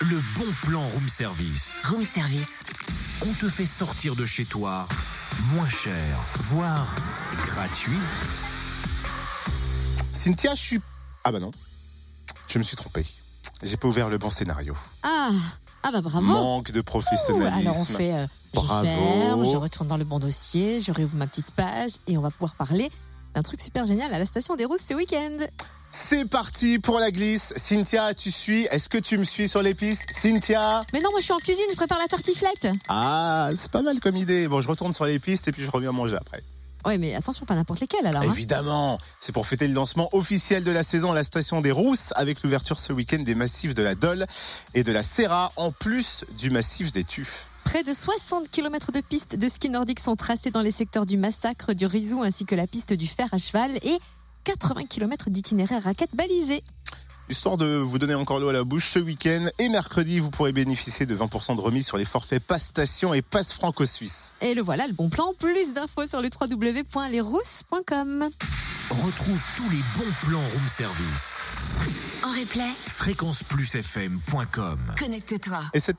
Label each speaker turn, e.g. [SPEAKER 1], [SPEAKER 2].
[SPEAKER 1] Le bon plan room service.
[SPEAKER 2] Room service.
[SPEAKER 1] On te fait sortir de chez toi moins cher, voire gratuit.
[SPEAKER 3] Cynthia, je suis. Ah bah non, je me suis trompé. J'ai pas ouvert le bon scénario.
[SPEAKER 2] Ah, ah bah bravo.
[SPEAKER 3] Manque de
[SPEAKER 2] Ouh,
[SPEAKER 3] professionnalisme.
[SPEAKER 2] Alors on fait, euh, je
[SPEAKER 3] Bravo.
[SPEAKER 2] ferme, je retourne dans le bon dossier, je réouvre ma petite page et on va pouvoir parler d'un truc super génial à la station des Rousses ce week-end.
[SPEAKER 3] C'est parti pour la glisse. Cynthia, tu suis Est-ce que tu me suis sur les pistes Cynthia
[SPEAKER 2] Mais non, moi je suis en cuisine, je prépare la tartiflette.
[SPEAKER 3] Ah, c'est pas mal comme idée. Bon, je retourne sur les pistes et puis je reviens manger après.
[SPEAKER 2] Ouais, mais attention, pas n'importe lesquels alors. hein.
[SPEAKER 3] Évidemment, c'est pour fêter le lancement officiel de la saison à la station des Rousses avec l'ouverture ce week-end des massifs de la Dole et de la Serra en plus du massif des Tuffes.
[SPEAKER 2] Près de 60 km de pistes de ski nordique sont tracées dans les secteurs du Massacre, du Rizou ainsi que la piste du Fer à cheval et 80 km d'itinéraire raquettes balisés.
[SPEAKER 3] Histoire de vous donner encore l'eau à la bouche, ce week-end et mercredi, vous pourrez bénéficier de 20% de remise sur les forfaits Pass Station et Pass Franco-Suisse.
[SPEAKER 2] Et le voilà, le bon plan. Plus d'infos sur le www.lesrousses.com.
[SPEAKER 1] Retrouve tous les bons plans room service.
[SPEAKER 4] En replay,
[SPEAKER 1] fréquenceplusfm.com
[SPEAKER 4] connecte-toi.
[SPEAKER 3] Et cette